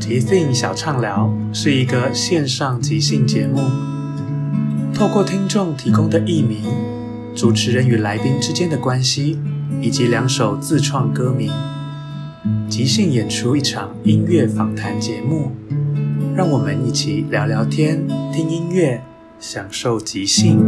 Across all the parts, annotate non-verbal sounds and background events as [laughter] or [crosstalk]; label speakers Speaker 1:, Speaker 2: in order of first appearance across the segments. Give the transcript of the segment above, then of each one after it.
Speaker 1: 即兴小畅聊是一个线上即兴节目，透过听众提供的艺名、主持人与来宾之间的关系，以及两首自创歌名，即兴演出一场音乐访谈节目，让我们一起聊聊天、听音乐，享受即兴。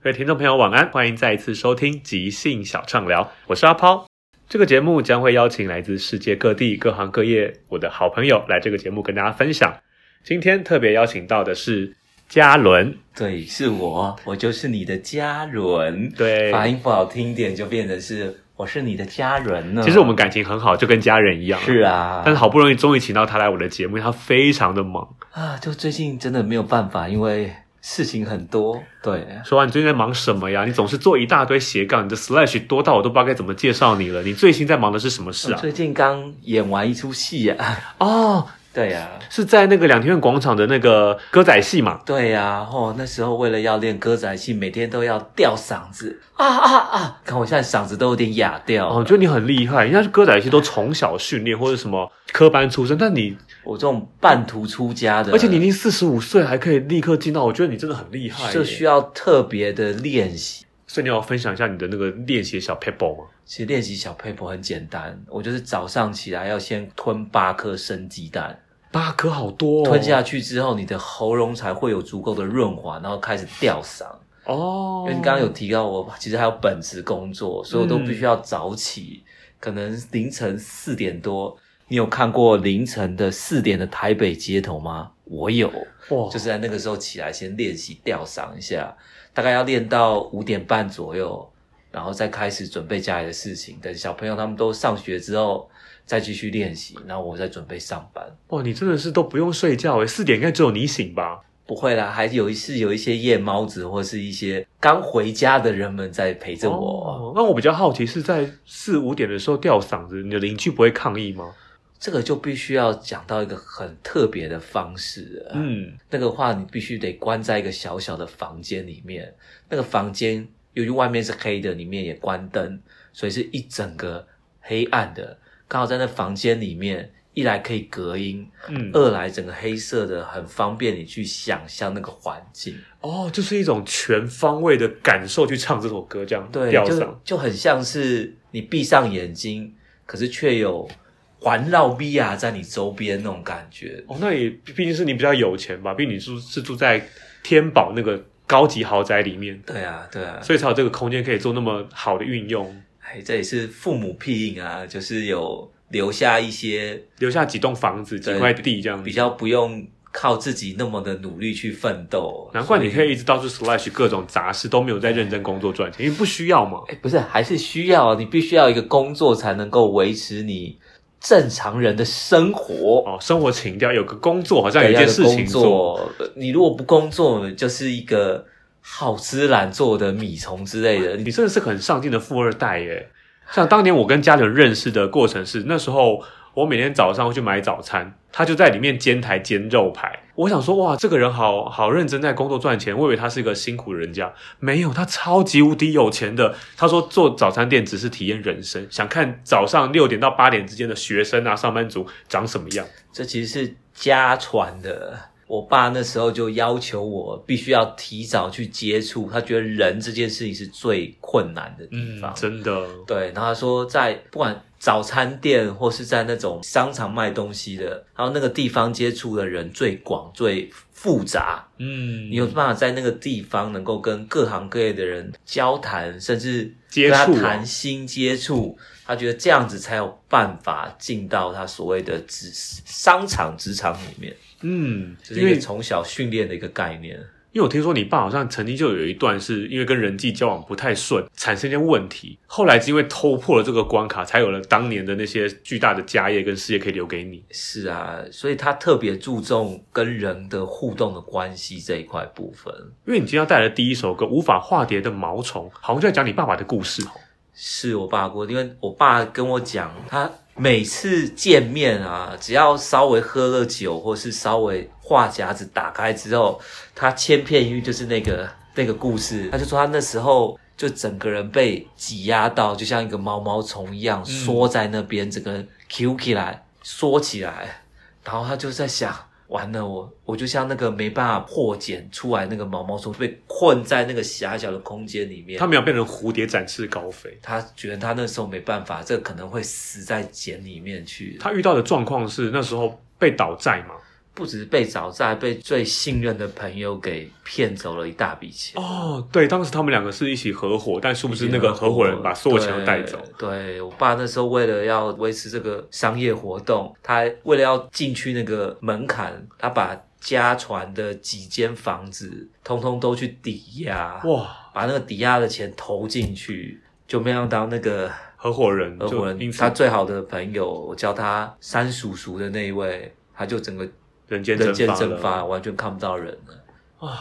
Speaker 1: 各位听众朋友，晚安！欢迎再一次收听《即兴小畅聊》，我是阿抛。这个节目将会邀请来自世界各地各行各业我的好朋友来这个节目跟大家分享。今天特别邀请到的是嘉伦，
Speaker 2: 对，是我，我就是你的嘉伦。
Speaker 1: 对
Speaker 2: 发音不好听一点就变成是我是你的嘉伦呢。
Speaker 1: 其实我们感情很好，就跟家人一样。
Speaker 2: 嗯是，啊，
Speaker 1: 但是好不容易终于请到他来我的节目，因为他非常的忙。
Speaker 2: 啊，就最近真的没有办法，因为事情很多。对，
Speaker 1: 说啊完你最近在忙什么呀？你总是做一大堆斜杠，你的 slash 多到我都不知道该怎么介绍你了。你最近在忙的是什么事
Speaker 2: 我
Speaker 1: 啊？
Speaker 2: 最近刚演完一出戏呀、啊。 [laughs]
Speaker 1: 哦，
Speaker 2: 对啊呀、
Speaker 1: 是在那个两厅院广场的那个歌仔戏嘛？
Speaker 2: 对呀、哦，那时候为了要练歌仔戏，每天都要吊嗓子啊啊啊！看我现在嗓子都有点哑掉。
Speaker 1: 哦，我觉得你很厉害，人家是歌仔戏都从小训练或者什么科班出身，但你
Speaker 2: 我这种半途出家的，
Speaker 1: 而且你已经四十五岁还可以立刻进到，我觉得你真的很厉害耶。
Speaker 2: 就需要特别的练习。
Speaker 1: 所以你要分享一下你的那个练习小 pebble 吗？
Speaker 2: 其实练习小 paper 很简单，我就是早上起来要先吞八颗生鸡蛋，
Speaker 1: 八颗好多、哦，
Speaker 2: 吞下去之后，你的喉咙才会有足够的润滑，然后开始吊嗓。
Speaker 1: 哦
Speaker 2: 因。为你刚刚有提到我其实还有本职工作，所以我都必须要早起，可能凌晨四点多。你有看过凌晨的四点的台北街头吗？我有，
Speaker 1: 哇，
Speaker 2: 就是在那个时候起来先练习吊嗓一下，大概要练到五点半左右，然后再开始准备家里的事情。等小朋友他们都上学之后，再继续练习，然后我再准备上班。
Speaker 1: 哇，你真的是都不用睡觉诶，四点应该只有你醒吧？
Speaker 2: 不会啦，还有一是有一些夜猫子或是一些刚回家的人们在陪着我。
Speaker 1: 哦。那我比较好奇是在四五点的时候吊嗓子，你的邻居不会抗议吗？
Speaker 2: 这个就必须要讲到一个很特别的方式了。
Speaker 1: 嗯，
Speaker 2: 那个话你必须得关在一个小小的房间里面，那个房间由于外面是黑的，里面也关灯，所以是一整个黑暗的。刚好在那房间里面，一来可以隔音，
Speaker 1: 嗯
Speaker 2: 二来整个黑色的很方便你去想象那个环境。
Speaker 1: 哦，就是一种全方位的感受去唱这首歌，这样
Speaker 2: 对，
Speaker 1: 吊嗓
Speaker 2: 就。就很像是你闭上眼睛，可是却有环绕 VR 在你周边那种感觉。
Speaker 1: 哦，那也毕毕竟是你比较有钱吧，毕竟你住是住在天宝那个高级豪宅里面，
Speaker 2: 对啊，对啊，
Speaker 1: 所以才有这个空间可以做那么好的运用。
Speaker 2: 哎，这也是父母庇应啊，就是有留下一些
Speaker 1: 留下几栋房子、几
Speaker 2: 对
Speaker 1: 块地这样
Speaker 2: 比
Speaker 1: 子。
Speaker 2: 较不用靠自己那么的努力去奋斗。
Speaker 1: 难怪你可
Speaker 2: 以，
Speaker 1: 以一直到处 slash 各种杂事都没有在认真工作赚钱，因为不需要嘛。
Speaker 2: 哎，不是，还是需要你必须要一个工作才能够维持你正常人的生活。
Speaker 1: 哦，生活情调有个工作，好像有
Speaker 2: 对
Speaker 1: 一
Speaker 2: 要
Speaker 1: 件
Speaker 2: 有
Speaker 1: 事
Speaker 2: 工
Speaker 1: 情做。
Speaker 2: 作，呃你如果不工作，就是一个好吃懒做的米虫之类
Speaker 1: [laughs]
Speaker 2: 的。
Speaker 1: 你
Speaker 2: 你
Speaker 1: 真的是很上进的富二代耶！像当年我跟家里人认识的过程是，那时候我每天早上会去买早餐，他就在里面煎台煎肉排。我想说，哇，这个人好好认真在工作赚钱，我以为他是一个辛苦人家，没有，他超级无敌有钱的。他说做早餐店只是体验人生，想看早上六点到八点之间的学生啊、上班族长什么样。
Speaker 2: 这其实是家传的。我爸那时候就要求我必须要提早去接触，他觉得人这件事情是最困难的地
Speaker 1: 嗯
Speaker 2: 方。，
Speaker 1: 真的，
Speaker 2: 对，然后他说在不管早餐店或是在那种商场卖东西的，然后那个地方接触的人最广、最复杂，
Speaker 1: 嗯，
Speaker 2: 你有办法在那个地方能够跟各行各业的人交谈，甚至
Speaker 1: 接触啊
Speaker 2: 跟他谈心接触。他觉得这样子才有办法进到他所谓的职商场职场里面，
Speaker 1: 嗯，
Speaker 2: 这
Speaker 1: 因
Speaker 2: 是一
Speaker 1: 为
Speaker 2: 个从小训练的一个概念。
Speaker 1: 因为我听说你爸好像曾经就有一段是因为跟人际交往不太顺，产生一些问题，后来是因为突破了这个关卡，才有了当年的那些巨大的家业跟事业可以留给你。
Speaker 2: 是啊，所以他特别注重跟人的互动的关系这一块部分。
Speaker 1: 因为你今天要带来的第一首歌《无法化蝶的毛虫》，好像就在讲你爸爸的故事哦。
Speaker 2: 是我爸过，因为我爸跟我讲，他每次见面啊，只要稍微喝了酒，或是稍微话匣子打开之后，他千篇一律就是那个那个故事。他就说他那时候就整个人被挤压到，就像一个毛毛虫一样缩在那边，整个人 Q 起来，缩起来。然后他就在想，完了我，我就像那个没办法破茧出来那个毛毛虫，被困在那个狭小的空间里面。
Speaker 1: 他没有变成蝴蝶展翅高飞，
Speaker 2: 他觉得他那时候没办法，这可能会死在茧里面去。
Speaker 1: 他遇到的状况是那时候被倒债嘛？
Speaker 2: 不只是被找债，被最信任的朋友给骗走了一大笔钱。
Speaker 1: 哦，对，当时他们两个是一起合伙，但殊不知那个合伙人把所有钱都带走。
Speaker 2: 对。对我爸那时候为了要维持这个商业活动，他为了要进去那个门槛，他把家传的几间房子通通都去抵押，
Speaker 1: 哇，
Speaker 2: 把那个抵押的钱投进去，就没想到那个
Speaker 1: 合伙人
Speaker 2: 合
Speaker 1: 就
Speaker 2: 伙人
Speaker 1: 因此
Speaker 2: 他最好的朋友，我叫他三叔叔的那一位，他就整个
Speaker 1: 人间
Speaker 2: 人
Speaker 1: 蒸
Speaker 2: 间
Speaker 1: 发
Speaker 2: 蒸
Speaker 1: 了。
Speaker 2: 发，完全看不到人了，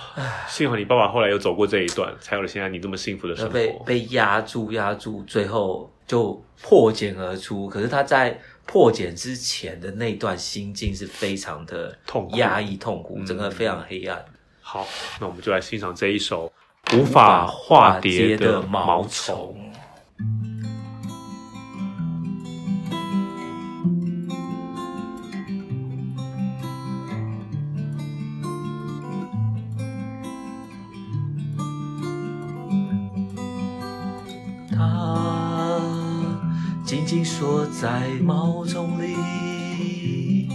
Speaker 1: 幸好你爸爸后来有走过这一段，才有了现在你这么幸福的
Speaker 2: 那
Speaker 1: 生
Speaker 2: 被
Speaker 1: 活。
Speaker 2: 被压住压住，最后就破茧而出。可是他在破茧之前的那段心境是非常的
Speaker 1: 痛苦嗯
Speaker 2: 压抑、痛苦，整个非常黑暗。
Speaker 1: 好，那我们就来欣赏这一首《无法化蝶的毛虫》。，
Speaker 2: 它紧紧缩在毛丛里，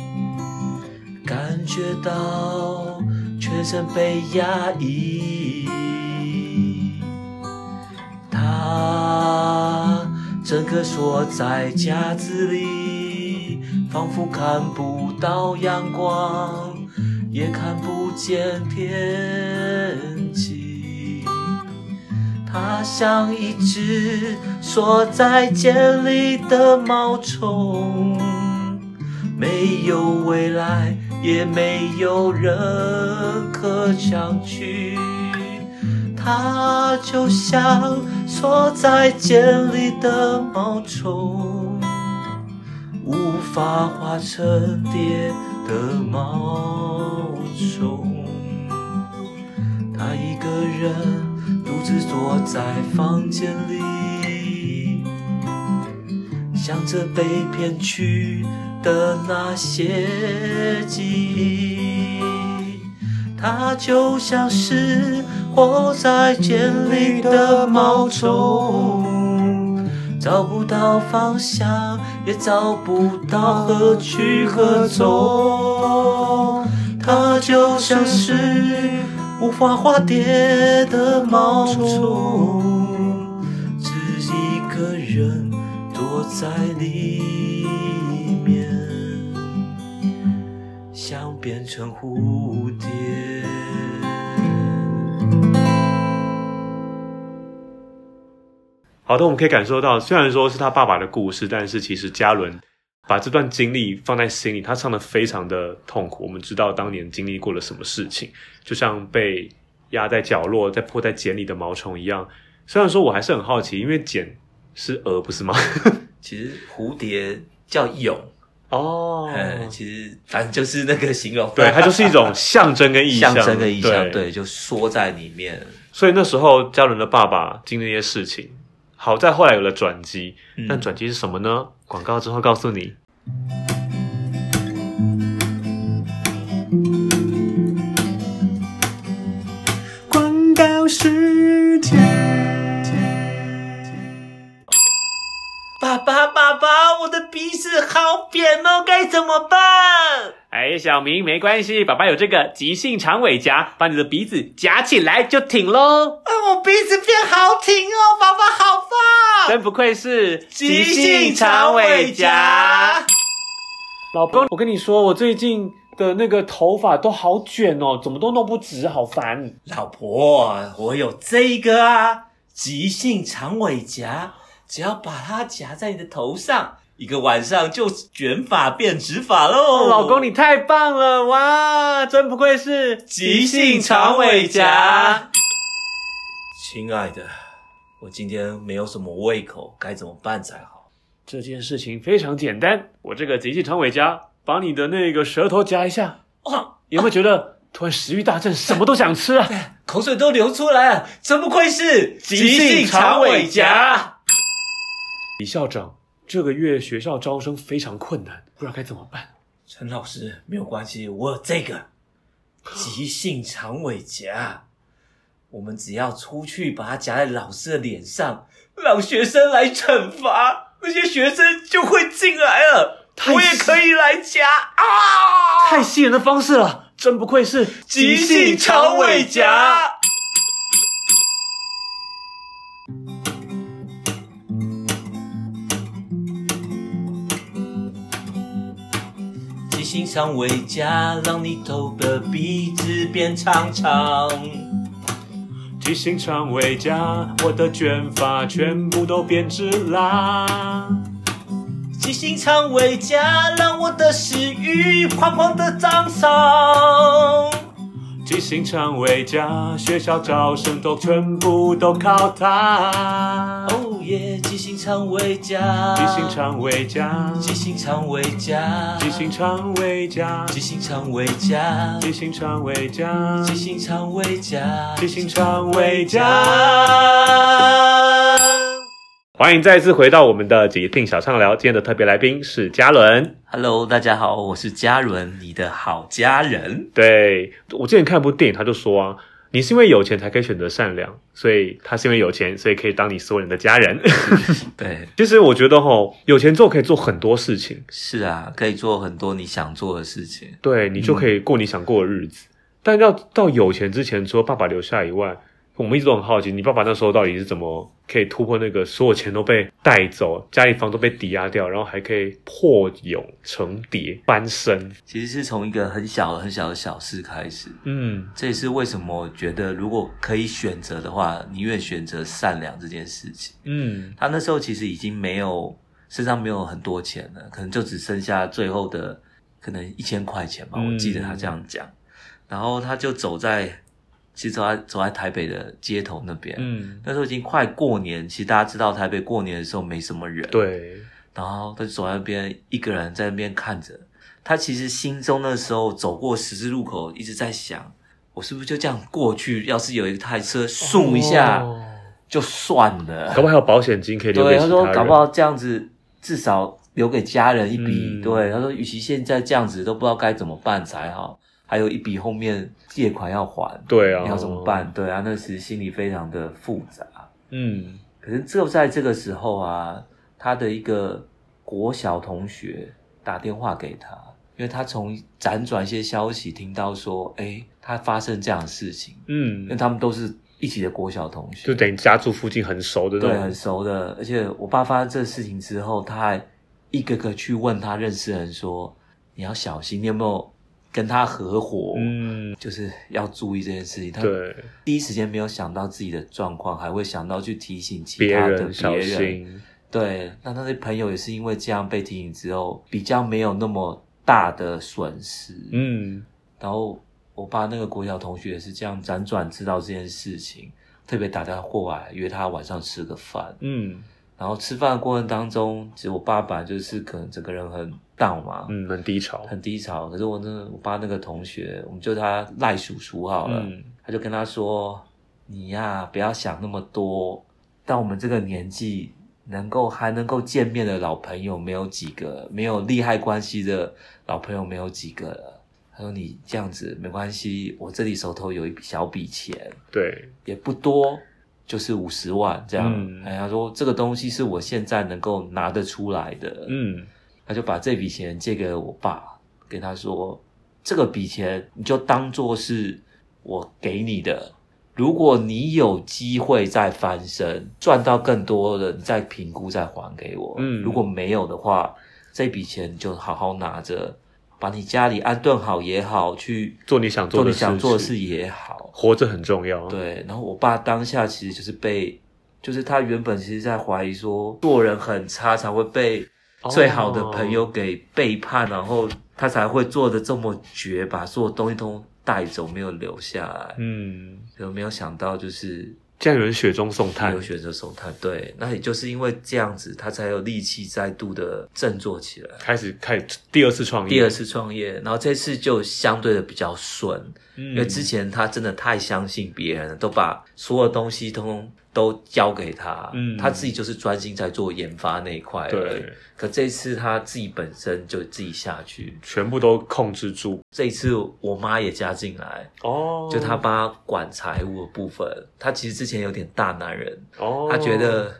Speaker 2: 感觉到全身被压抑。它整个缩在夹子里，仿佛看不到阳光，也看不见天气。它像一只缩在茧里的毛虫，没有未来，也没有人可想去。它就像缩在茧里的毛虫，无法化成蝶的毛虫。他一个人独自坐在房间里，想着被骗去的那些记忆。他就像是活在茧里的毛虫，找不到方向，也找不到何去何从。它就像是无法化蝶的毛虫，只一个人在里面，想变成蝴蝶。
Speaker 1: 好的，我们可以感受到，虽然说是他爸爸的故事，但是其实嘉伦把这段经历放在心里，他唱的非常的痛苦。我们知道当年经历过了什么事情，就像被压在角落、在迫在茧里的毛虫一样。虽然说我还是很好奇，因为茧是蛾，不是吗？
Speaker 2: 其实蝴蝶叫蛹，
Speaker 1: 哦
Speaker 2: 嗯，其实反正就是那个形容，
Speaker 1: 对，它就是一
Speaker 2: [laughs]
Speaker 1: 种象征跟意
Speaker 2: 象征的意象，
Speaker 1: 对。
Speaker 2: 对，就缩在里面。
Speaker 1: 所以那时候嘉伦的爸爸经历那些事情，好在后来有了转机，
Speaker 2: 嗯
Speaker 1: 但转机是什么呢？广告之后告诉你。
Speaker 3: 广告时间。
Speaker 2: 爸爸，爸爸，我的鼻子好扁哦，该怎么办？啊
Speaker 1: 哎，小明没关系，爸爸有这个急性长尾夹，把你的鼻子夹起来就挺喽。
Speaker 2: 啊，我鼻子变好挺哦，爸爸好棒！
Speaker 1: 真不愧是
Speaker 2: 急性长尾夹。
Speaker 1: 老公，我跟你说，我最近的那个头发都好卷哦，怎么都弄不直，好烦。
Speaker 2: 老婆，我有这个啊，急性长尾夹，只要把它夹在你的头上，一个晚上就卷发变直发喽。
Speaker 1: 哦老公，你太棒了哇！真不愧是
Speaker 2: 急性长尾夹。。亲爱的，我今天没有什么胃口，该怎么办才好？
Speaker 1: 这件事情非常简单，我这个急性长尾夹，把你的那个舌头夹一下，
Speaker 2: 哇，
Speaker 1: 有没有觉得突然食欲大振，什么都想 [laughs] 吃啊？
Speaker 2: 口水都流出来了，真不愧是
Speaker 1: 急性长尾夹。李校长，这个月学校招生非常困难，不知道该怎么办。
Speaker 2: 陈老师，没有关系，我有这个急性长尾夹，我们只要出去把它夹在老师的脸上，让学生来惩罚，那些学生就会进来了。
Speaker 1: 太
Speaker 2: 我也可以来夹啊！
Speaker 1: 太吸人的方式了，真不愧是
Speaker 2: 急性长尾夹。急性长尾夹，让你头的鼻子变长长。
Speaker 1: 急性长尾夹，我的卷发全部都变直啦。
Speaker 2: 急性长尾夹，让我的食欲哐哐的涨上。
Speaker 1: 急性长尾夹，学校招生都全部都靠它。
Speaker 2: 哦耶！急性长尾夹，
Speaker 1: 急性，长尾夹，
Speaker 2: 急性长尾夹，
Speaker 1: 急性长尾夹，
Speaker 2: 急性长尾夹，
Speaker 1: 急性长尾夹，
Speaker 2: 急性长尾夹，
Speaker 1: 急性长尾夹。欢迎再次回到我们的即兴小畅聊，今天的特别来宾是嘉伦。
Speaker 2: Hello，大家好，我是嘉伦，你的好
Speaker 1: [laughs]
Speaker 2: 家人。
Speaker 1: 对我之前看一部电影，他就说啊，你是因为有钱才可以选择善良，所以他是因为有钱，所以可以当你所有人的家人。 [laughs]
Speaker 2: 对，
Speaker 1: 其实我觉得吼，有钱之后可以做很多事情，
Speaker 2: 是啊，可以做很多你想做的事情。
Speaker 1: 对你就可
Speaker 2: 嗯
Speaker 1: 以过你想过的日子。但要到有钱之前，除了爸爸留下以外，我们一直都很好奇，你爸爸那时候到底是怎么可以突破那个所有钱都被带走，家里房都被抵押掉，然后还可以破蛹成蝶翻身？
Speaker 2: 其实是从一个很小很小的小事开始，
Speaker 1: 嗯，
Speaker 2: 这也是为什么我觉得如果可以选择的话，宁愿选择善良这件事情。
Speaker 1: 嗯，
Speaker 2: 他那时候其实已经没有身上没有很多钱了，可能就只剩下最后的可能一千块钱吧，
Speaker 1: 嗯
Speaker 2: 我记得他这样讲。然后他就走在，其实走在走在台北的街头那边，
Speaker 1: 嗯，
Speaker 2: 那时候已经快过年，其实大家知道台北过年的时候没什么人，。
Speaker 1: 对，
Speaker 2: 然后他就走在那边一个人在那边看着，他其实心中那时候走过十字路口，一直在想，我是不是就这样过去？要是有一台车送一下、
Speaker 1: 哦
Speaker 2: 就算了，
Speaker 1: 搞不好还有保险金可以留给
Speaker 2: 对，
Speaker 1: 其他
Speaker 2: 他
Speaker 1: 人。
Speaker 2: 说搞不好这样子至少留给家人一笔。
Speaker 1: 嗯
Speaker 2: 对，他说与其现在这样子都不知道该怎么办才好，还有一笔后面借款要还，
Speaker 1: 对啊，
Speaker 2: 你要怎么？办？对啊，那时心里非常的复杂。
Speaker 1: 嗯，
Speaker 2: 可是就在这个时候啊，他的一个国小同学打电话给他，因为他从辗转一些消息听到说，哎，他发生这样的事情，因为
Speaker 1: 嗯，
Speaker 2: 他们都是一起的国小同学，
Speaker 1: 就等于家住附近很熟的
Speaker 2: 对，
Speaker 1: 那种。
Speaker 2: 很熟的。而且我爸发生这事情之后，他还一个个去问他认识的人说：“你要小心，你有没有跟他合伙？
Speaker 1: 嗯，
Speaker 2: 就是要注意这件事情。”他
Speaker 1: 对，
Speaker 2: 第一时间没有想到自己的状况，还会想到去提醒其
Speaker 1: 别
Speaker 2: 他的
Speaker 1: 人
Speaker 2: 别
Speaker 1: 小
Speaker 2: 人。
Speaker 1: 心。
Speaker 2: 对，那他的朋友也是因为这样被提醒之后，比较没有那么大的损失。
Speaker 1: 嗯，
Speaker 2: 然后我爸那个国小同学也是这样辗转知道这件事情，特别打电话过来约他晚上吃个饭。
Speaker 1: 嗯
Speaker 2: 然后吃饭的过程当中，其实我爸本来就是可能整个人很 down 嘛，
Speaker 1: 嗯，很低潮。
Speaker 2: 很低潮。可是我那我爸那个同学，我们就他赖叔叔好了，
Speaker 1: 嗯
Speaker 2: 他就跟他说：“你呀、不要想那么多，到我们这个年纪，能够还能够见面的老朋友没有几个，没有利害关系的老朋友没有几个了。”他说：“你这样子没关系，我这里手头有一笔小笔钱，
Speaker 1: 对，
Speaker 2: 也不多，就是五十万这样。
Speaker 1: 嗯
Speaker 2: 哎，他说这个东西是我现在能够拿得出来的，，
Speaker 1: 嗯
Speaker 2: 他就把这笔钱借给我爸，跟他说，这个笔钱你就当做是我给你的。如果你有机会再翻身，赚到更多的，你再评估再还给我。
Speaker 1: 嗯
Speaker 2: 如果没有的话，这笔钱你就好好拿着，把你家里安顿好也好，去
Speaker 1: 做你想做
Speaker 2: 做
Speaker 1: 的
Speaker 2: 你
Speaker 1: 事
Speaker 2: 想做的
Speaker 1: 情
Speaker 2: 事也好，
Speaker 1: 活着很重要。，啊
Speaker 2: 对，然后我爸当下其实就是被，就是他原本其实在怀疑说，做人很差才会被
Speaker 1: 哦
Speaker 2: 最好的朋友给背叛，然后他才会做的这么绝，把所有东西都带走，没有留下来。
Speaker 1: 嗯，
Speaker 2: 有没有想到就是
Speaker 1: 竟然有人雪中送炭
Speaker 2: 有。选择手探？对，那也就是因为这样子，他才有力气再度的振作起来。
Speaker 1: 开始开始第二次创业，
Speaker 2: 第二次创业，然后这次就相对的比较顺，
Speaker 1: 嗯，
Speaker 2: 因为之前他真的太相信别人了，都把所有东西通通都交给他，
Speaker 1: 嗯
Speaker 2: 他自己就是专心在做研发那一块。
Speaker 1: 对，
Speaker 2: 可这次他自己本身就自己下去，
Speaker 1: 全部都控制住
Speaker 2: 这一次我妈也加进来，
Speaker 1: 哦
Speaker 2: 就她帮他管财务的部分。他其实之前有点大男人，
Speaker 1: 哦，
Speaker 2: 他觉得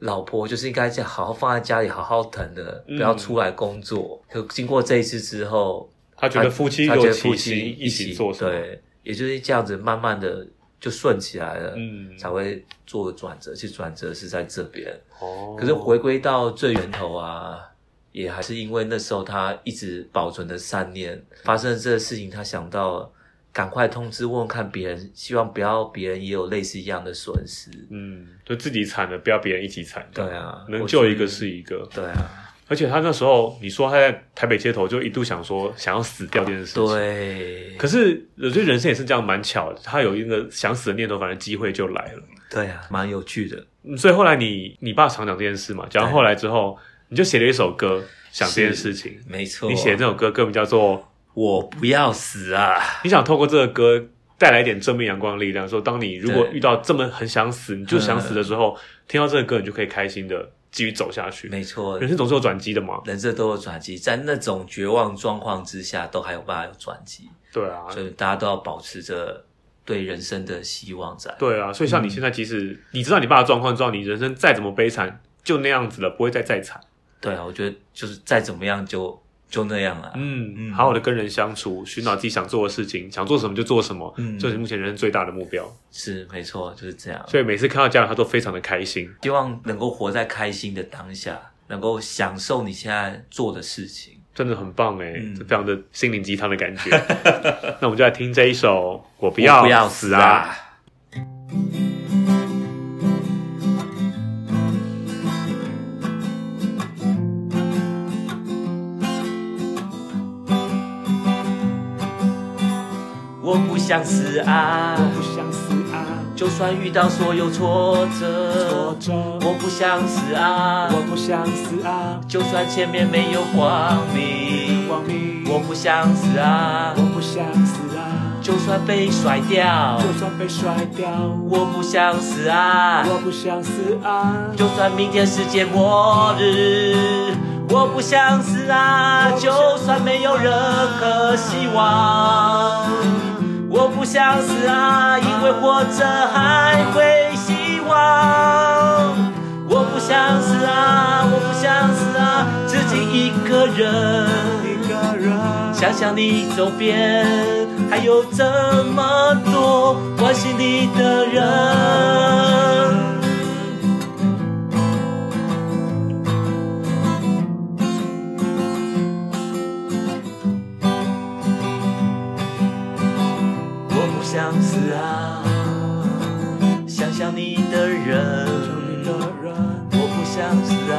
Speaker 2: 老婆就是应该这样好好放在家里，好好疼的，
Speaker 1: 嗯
Speaker 2: 不要出来工作。可经过这一次之后，
Speaker 1: 他觉得夫妻
Speaker 2: 他觉
Speaker 1: 有
Speaker 2: 得夫
Speaker 1: 起
Speaker 2: 妻
Speaker 1: 心一起做什么，
Speaker 2: 对，也就是这样子，慢慢的就顺起来了，
Speaker 1: 嗯
Speaker 2: 才会做个转折。其实转折是在这边，
Speaker 1: 哦，
Speaker 2: 可是回归到最源头啊，也还是因为那时候他一直保存的善念，发生了这个事情，他想到赶快通知问问看别人，希望不要别人也有类似一样的损失。
Speaker 1: 嗯，就自己惨了，不要别人一起惨，
Speaker 2: 对啊，
Speaker 1: 能
Speaker 2: 我
Speaker 1: 救
Speaker 2: 觉
Speaker 1: 一个
Speaker 2: 得
Speaker 1: 是一个。
Speaker 2: 对啊，
Speaker 1: 而且他那时候你说他在台北街头就一度想说想要死掉这件事情，。
Speaker 2: 对，
Speaker 1: 可是我觉得人生也是这样蛮巧的，他有一个想死的念头，反正机会就来了。
Speaker 2: 对啊，蛮有趣的。
Speaker 1: 嗯所以后来你你爸常讲这件事嘛，讲到
Speaker 2: 对
Speaker 1: 后来之后，你就写了一首歌讲这件
Speaker 2: 是啊
Speaker 1: 事情。
Speaker 2: 没错，
Speaker 1: 你写的这首歌歌名叫做
Speaker 2: 我不要死啊！
Speaker 1: 你想透过这个歌带来一点正面阳光的力量，说当你如果
Speaker 2: 对嗯
Speaker 1: 遇到这么很想死，你就想死的时候，听到这个歌，你就可以开心的继续走下去。[laughs]
Speaker 2: 没错，
Speaker 1: 人生总是有转机的嘛，
Speaker 2: 人生都有转机，在那种绝望状况之下，都还有办法有转机，
Speaker 1: 对啊，
Speaker 2: 所以大家都要保持着对人生的希望在。
Speaker 1: 对啊，所以像
Speaker 2: 嗯
Speaker 1: 你现在，即使、你知道你爸的状况，知道你人生再怎么悲惨，就那样子了，不会再再惨。
Speaker 2: 对啊，我觉得就是再怎么样就就那样了。
Speaker 1: 嗯，
Speaker 2: 嗯
Speaker 1: 好好的跟人相处，寻找自己想做的事情，想做什么就做什么，
Speaker 2: 嗯啊
Speaker 1: 这是目前人生最大的目标。
Speaker 2: 是没错，就是这样。
Speaker 1: 所以每次看到家人，他都非常的开心。
Speaker 2: 希望能够活在开心的当下，能够享受你现在做的事情。
Speaker 1: 真的很棒哎、
Speaker 2: 嗯
Speaker 1: 这非常的心灵鸡汤的感
Speaker 2: [laughs]
Speaker 1: 觉。那我们就来听这一首《我不
Speaker 2: 不
Speaker 1: 要
Speaker 2: 不要
Speaker 1: 死
Speaker 2: 死
Speaker 1: 啊》。
Speaker 2: 啊！我不想死啊！
Speaker 3: 不想死啊，
Speaker 2: 就算遇到所有挫
Speaker 3: 挫
Speaker 2: 折，
Speaker 3: 折，
Speaker 2: 我不想死啊！
Speaker 3: 我不想死啊，
Speaker 2: 就算前面没有光明，
Speaker 3: 光明，
Speaker 2: 我不想死啊！
Speaker 3: 我不想死啊，
Speaker 2: 就算被甩掉，
Speaker 3: 就算被甩掉，
Speaker 2: 我不想死啊！
Speaker 3: 我不想死啊，
Speaker 2: 就算明天世界末日，我不想死啊！就算没有任何希望，我不想死啊！因为活着还会希望。我不想死啊啊！我不想死啊！自己一个人，
Speaker 3: 一个人。
Speaker 2: 想想你周边还有这么多关心你的人。我不想死啊，想想你的人，我不想死啊，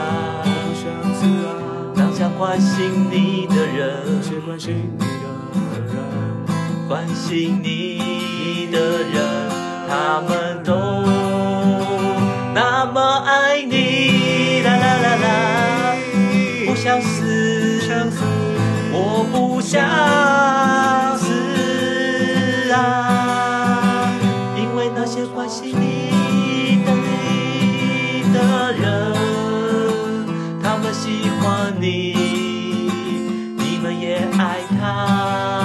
Speaker 3: 啊
Speaker 2: 当想关心你的人，
Speaker 3: 关心你的人，
Speaker 2: 关心你的人，他们都那么爱你，啦啦啦啦，不想死，我不想死啊，因为那些关心你的你的人，他们喜欢你，你们也爱他。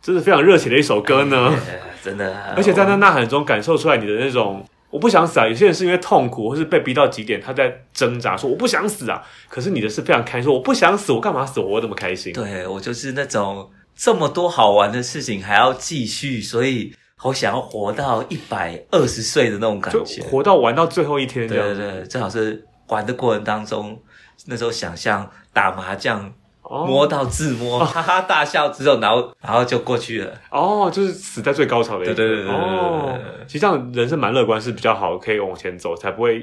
Speaker 1: 真的非常热血的一首歌
Speaker 2: [laughs]
Speaker 1: 呢。
Speaker 2: 真的，
Speaker 1: 而且在那呐喊中感受出来你的那种我不想死啊。有些人是因为痛苦或是被逼到极点，他在挣扎说我不想死啊。可是你的是非常开心，说我不想死，我干嘛死？我活这么开心。
Speaker 2: 对我就是那种这么多好玩的事情还要继续，所以好想要活到一百二十岁的那种感
Speaker 1: 就
Speaker 2: 觉。
Speaker 1: 活到玩到最后一天这
Speaker 2: 对
Speaker 1: 样
Speaker 2: 对对，正好是玩的过程当中，那时候想象打麻将。
Speaker 1: 哦
Speaker 2: 摸到自
Speaker 1: [laughs]
Speaker 2: 摸，哈哈大笑之后，然后然后就过去了。
Speaker 1: 哦，就是死在最高潮的一
Speaker 2: 对对对对对对对
Speaker 1: 哦，其实这样人生蛮乐观是比较好，可以往前走，才不会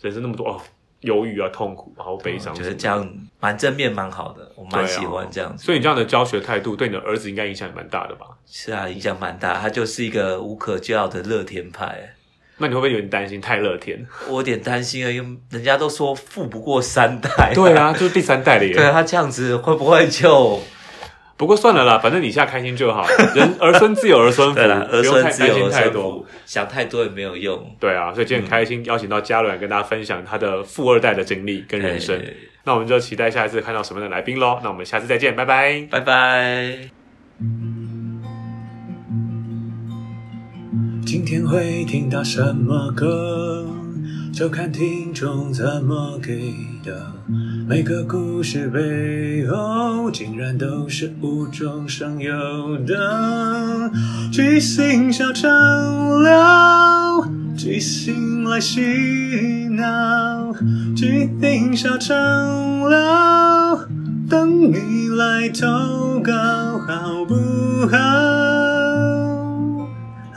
Speaker 1: 人生那么多哦忧郁啊、痛苦啊、然后悲伤
Speaker 2: 我
Speaker 1: 什
Speaker 2: 觉
Speaker 1: 么的。
Speaker 2: 得这样蛮正面，蛮好的，我
Speaker 1: 啊
Speaker 2: 蛮喜欢这样子。
Speaker 1: 所以你这样的教学态度对你的儿子应该影响也蛮大的吧？
Speaker 2: 是啊，影响蛮大。他就是一个无可救药的乐天派。
Speaker 1: 那你会不会有点担心太乐
Speaker 2: [laughs]
Speaker 1: 天？
Speaker 2: 我有点担心啊，因为人家都说富不过三代。
Speaker 1: 对啊，就是第三代了耶。
Speaker 2: 哎 [laughs] 对啊，他这样子会不会就
Speaker 1: 不过算了啦，反正你现在开心就好。人儿孙自有儿孙福，
Speaker 2: [laughs] 对了？儿
Speaker 1: 不用太
Speaker 2: 孙自
Speaker 1: 担
Speaker 2: 有
Speaker 1: 心
Speaker 2: 儿
Speaker 1: 太
Speaker 2: 孙
Speaker 1: 多
Speaker 2: 福。，嗯想太多也没有用。
Speaker 1: 对啊，所以今天很开心邀请到嘉伦来跟大家分享他的富二代的经历跟人生
Speaker 2: 对。对
Speaker 1: 那我们就期待下一次看到什么样的来宾喽。那我们下次再见，拜拜。
Speaker 2: 哎拜拜。
Speaker 3: 今天会听到什么歌，就看听众怎么给的。每个故事背后，竟然都是无中生有的。即兴小长聊，即兴来洗脑，即兴小长聊，等你来投稿，好不好？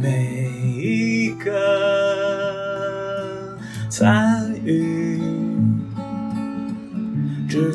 Speaker 3: 每一个参与，知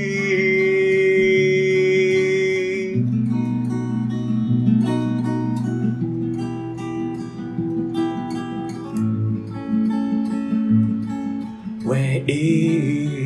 Speaker 3: 唯一。